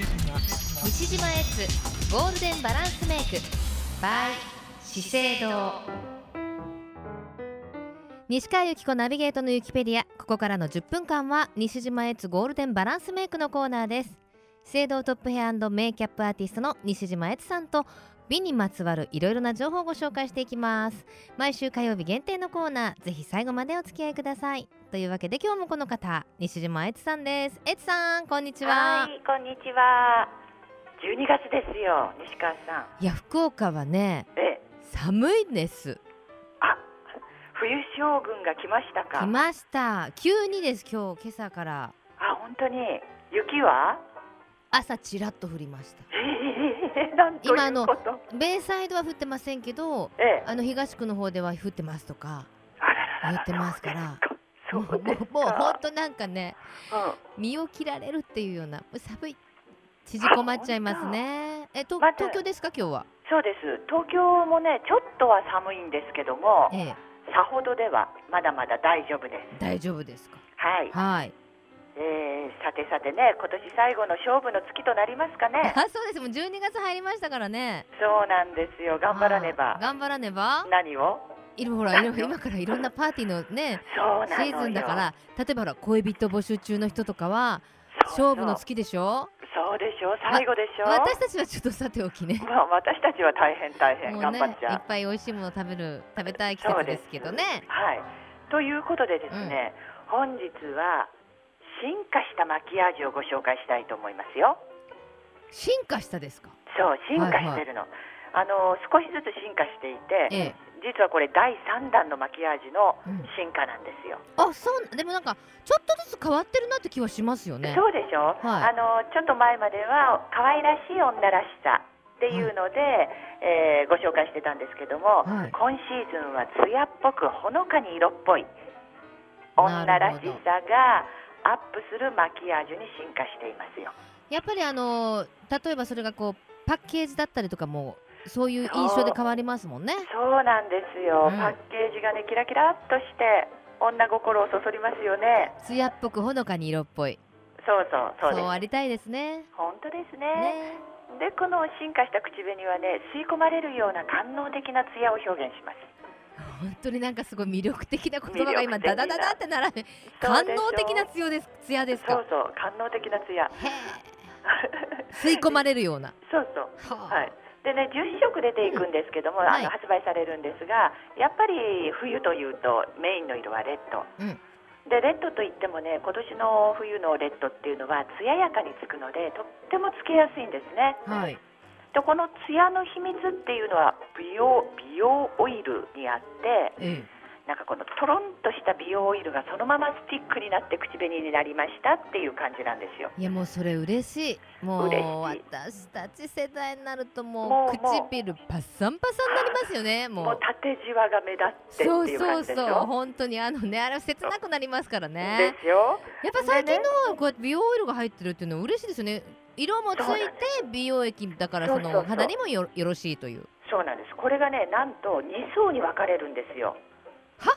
西島エッツゴールデンバランスメイク by 資生堂西川由紀子ナビゲートのユキペディアここからの10分間は西島エッツゴールデンバランスメイクのコーナーです資生堂トップヘアメイキャップアーティストの西島エッツさんと美にまつわるいろいろな情報をご紹介していきます毎週火曜日限定のコーナーぜひ最後までお付き合いくださいというわけで今日もこの方西島エッツさんですエッツさんこんにちは、はい、こんにちは。12月ですよ、西川さん。いや福岡はねえ、寒いですあ、冬将軍が来ましたか。来ました急にです今日今朝からあ、本当に。雪は？朝ちらっと降りましえー、 なんと今いのうこと。たベイサイドは降ってませんけどええ、あの東区の方では降ってますとかあらららら言ってますからそうもうですか。もうほんとなんかね身を切られるっていうようなもう寒い縮こまっちゃいますねえとまだ東京ですか今日はうん、そうです。東京もね、ちょっとは寒いんですけども、ええさほどではまだまだ大丈夫です。大丈夫ですかはい。はいえー、さてさてね、今年最後の勝負の月となります かね。あそうですもう12月入りましたからねそうなんですよ。頑張らねあーば。頑張らねば何を？いろほらいろ今からいろんなパーティーのねそうシなのよ。ーズンだから例えばほら恋人募集中の人とかはそうそう勝負の月でしょそうでしょ最後でしょ、私たちはちょっとさておきねまあ、私たちは大変大変もう頑ね張っちいゃっう。ぱい美味しいもの食べる食べたい季節ですけどねそうですはい、ということでですね、本日は進化したマキアージュをご紹介したいと思いますよ。進化したですかそう進化してるの、あの少しずつ進化していええて、実はこれ第3弾のマキアージュのうん進化なんですよ。あそうでもなんかちょっとずつ変わってるなって気はしますよねそうでしょ、はいあのちょっと前までは可愛らしい女らしさっていうので、えーご紹介してたんですけども、はい今シーズンは艶っぽくほのかに色っぽい女らしさがアップするマキアージュに進化していますよ。やっぱりあのー例えばそれがこうパッケージだったりとかもそういう印象で変わりますもんねそうなんですよ、うんパッケージがねキラキラっとして女心をそそりますよね。艶っぽくほのかに色っぽいそうそうそそううです。ありたいですね本当ですねねでこの進化した口紅はね吸い込まれるような官能的な艶を表現します。本当になんかすごい魅力的な言葉が今魅力的ダなダダダってならないそう官でしょ能的な強です艶ですそかうそう官能的な艶へえ 吸い込まれるような そうそうははいでね10色出ていくんですけども、あはいの発売されるんですがやっぱり冬というとメインの色はレッド、うんでレッドといってもね今年の冬のレッドっていうのは艶やかにつくのでとってもつけやすいんですね、あはいでこの艶の秘密っていうのは美容美容オイルにあってえなんかこのトロンとした美容オイルがそのままスティックになって口紅になりましたっていう感じなんですよえいやもうそれ嬉しいもう嬉しい私たち世代になるとももううもう唇パッサンパサンになりますよねももうう縦じわが目立ってそっうていうそ感うじでしそうょ。本当にあのねあれは切なくなりますからねですよ。やっぱ最近のこうやって美容オイルが入ってるっていうのは嬉しいですよね色もつそういなんて美容液だからそそうそうそのう肌にもよよろしいというそうなんです。これがね、なんと2層に分かれるんですよ。は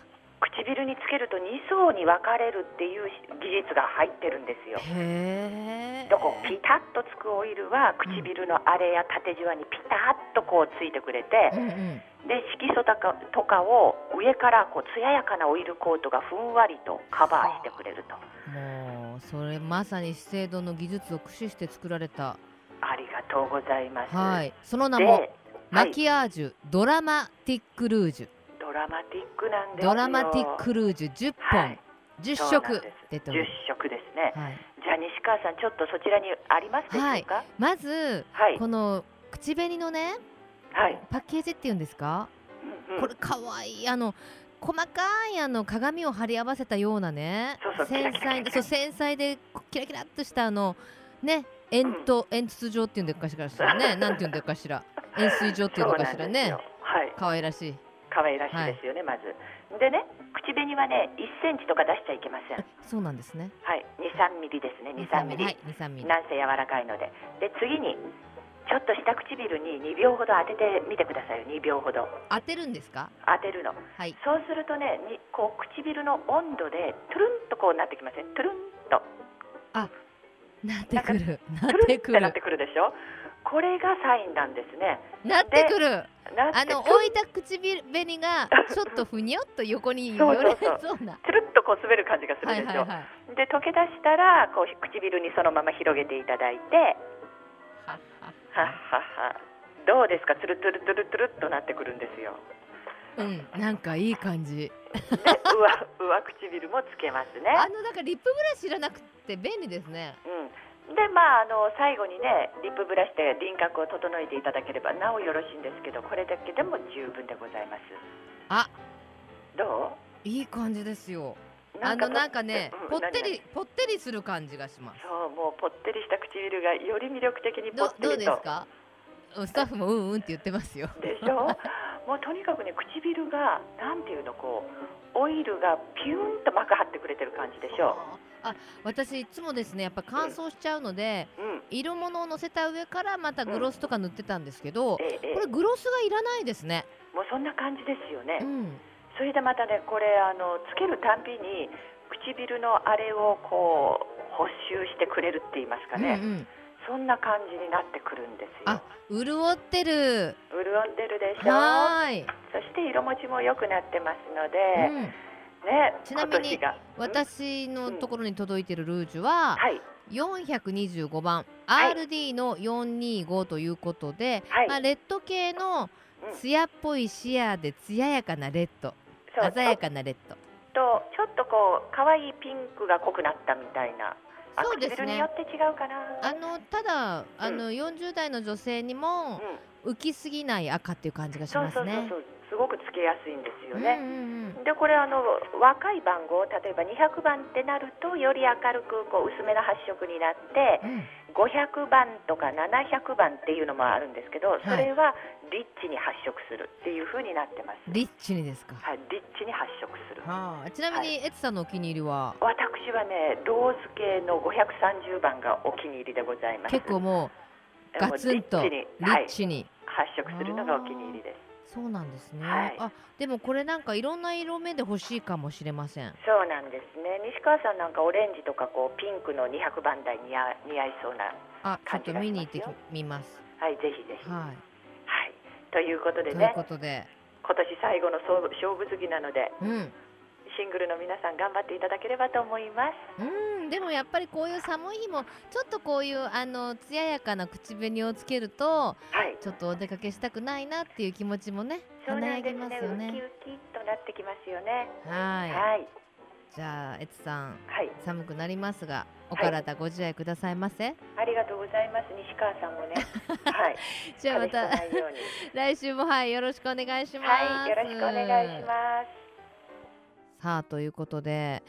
唇につけると2層に分かれるっていう技術が入ってるんですよ。へえどこピタッとつくオイルは唇の荒れや縦じわにピタッとこうついてくれてう、んうんで色素とかとかを上からこう艶やかなオイルコートがふんわりとカバーしてくれると。もうそれまさに資生堂の技術を駆使して作られた、ありがとうございます。はい、その名で、もはマいキアージュ、ドラマティックルージュドラマティックなんですよ。ドラマティックルージュ10本、はい10そうなん色です出ており10ま色ですねす、はい、じゃあ西川さんちょっとそちらにありますでしょうかまずはいこの口紅のねはい、パッケージっていうんですか、うんうんこれかわいいあの細かいあの鏡を貼り合わせたようなねそうそう繊キラキ細ラキラキラそう繊細でこうキラキラっとしたあのね煙突煙突状っていうんでっかしら ねなんていうんでっかしら円錐状っていうのかしらねそうなんですよはい可愛らしい可愛らしいですよね、まずでね口紅はね1センチとか出しちゃいけませんそうなんですねはい23ミリですね23ミリ、はい23ミリなんせ柔らかいのでで次にちょっと下唇に2秒ほど当ててみてくださいよ2秒ほど当てるんですか当てるのはいそうするとねにこう唇の温度でトゥルンとこうなってきませんトゥルンとあなってくるなっくるてっくてなっるてくるでしょこれがサインなんですねなってくるなってあの置いた唇紅がちょっとふにょっと横によれそうなつるっとこう滑る感じがするはでいしょ、はいはいで溶け出したらこう唇にそのまま広げていただいてはっはっはどうですかつるつるつるつるっとなってくるんですようんなんかいい感じで上上唇もつけますねあのなんかリップブラシいらなくて便利ですねうん、でまああの最後にねリップブラシで輪郭を整えていただければなおよろしいんですけどこれだけでも十分でございますあどいい感じですようあのこなんかねうんぽって何りぽってりする感じがします々そうもうぽってりした唇がより魅力的にぽどってどうりですとかうんスタッフもうんうんって言ってますよでし ょもうとにかくね唇がなんていうのこうオイルがピューンと膜張ってくれてる感じでしょあ私いつもですねやっぱ乾燥しちゃうので、う、うん色物をのせた上からまたグロスとか塗ってたんですけど、ええええこれグロスがいらないですね、もうそんな感じですよね、うん、それでまたねこれあのつけるたんびに唇のあれをこう補修してくれるって言いますかうんうね、んそんな感じになってくるんですよあ潤ってる潤ってるでしょはーい、そして色持ちも良くなってますので、うん、ねちなみに今年が私のところに届いてるルージュははい425番はい RD の425ということで、はいまあ、レッド系のうんツヤっぽいシアーで艶やかなレッドそう鮮やかなレッドちょっとちょっとこう可愛いピンクが濃くなったみたいなあそうですね唇によって違うかなあのただあの40代の女性にもうん、浮きすぎない赤っていう感じがしそうまそすうそうねそ。うすごくつけやすいんですうよんね、うんうんでこれあの若い番号例えば200番ってなるとより明るくこう薄めの発色になってうん500番とか700番っていうのもあるんですけどそれはリッチに発色するっていう風になってます、リッチにですか。はい、リッチに発色するはあ、ちなみにエツさんのお気に入りは私はねローズ系の530番がお気に入りでございます結構もうえーガツンともうリリッチに、はいッ、チに。発色するのがお気に入りですそうなんですね。はいあ、でもこれなんかいろんな色目で欲しいかもしれません。そうなんですね西川さんなんかオレンジとかこうピンクの200番台似合似合いそうなあ、ちょ感っじとが見しますよに行ってきみます。はい、ぜひぜひ。は、はいということい。でというね、ことで、今年最後の勝負勝負月なので、うん、シングルの皆さん頑張っていただければと思います。うん、でもやっぱりこういう寒い日もちょっとこういうあの艶やかな口紅をつけるとはい。ちょっとお出かけしたくないなっていう気持ちもねそうな華んやでぎすまね。すよウキね。ウキっとなってきますよね。はい。はい、じゃあエツさん、はい、寒くなりますがおはい体ご自愛くださいませ。ありがとうございます、西川さんもね。はい。 じゃあまた風邪ひかないように来週もはいよろしくお願いします。はい、よろしくお願いします。さあということで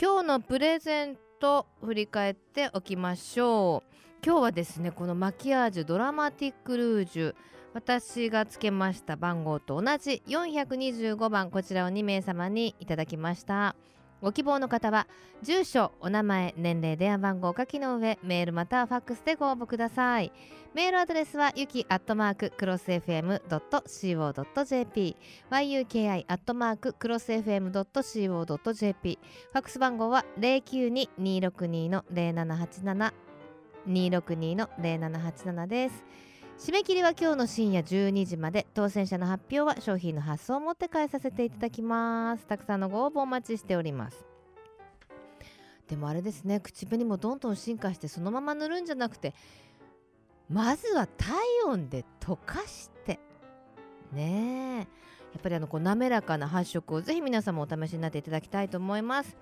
今日のプレゼント振り返っておきましょう今日はですねこのマキアージュドラマティックルージュ私がつけました番号と同じ425番こちらを2名様にいただきましたご希望の方は住所お名前年齢電話番号をお書きの上メールまたはファックスでご応募くださいメールアドレスはゆきアットマーククロス FM.co.jp yuki アットマーククロス fm ドット co ドット jp ファックス番号は零九二二六二の零七八七二六二の零七八七です。締め切りは今日の深夜12時まで当選者の発表は商品の発送をもって返させていただきますたくさんのご応募お待ちしておりますでもあれですね口紅もどんどん進化してそのまま塗るんじゃなくてまずは体温で溶かしてねえやっぱりあのこう滑らかな発色をぜひ皆さんもお試しになっていただきたいと思います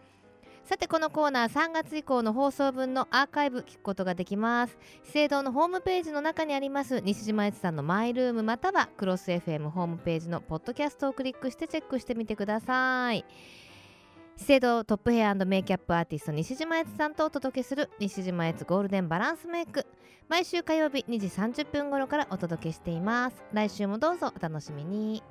さてこのコーナー3月以降の放送分のアーカイブ聞くことができます資生堂のホームページの中にあります西島悦さんのマイルームまたはクロス FM ホームページのポッドキャストをクリックしてチェックしてみてください資生堂トップヘアメイキャップアーティスト西島悦さんとお届けする西島悦ゴールデンバランスメイク毎週火曜日2時30分頃からお届けしています来週もどうぞお楽しみに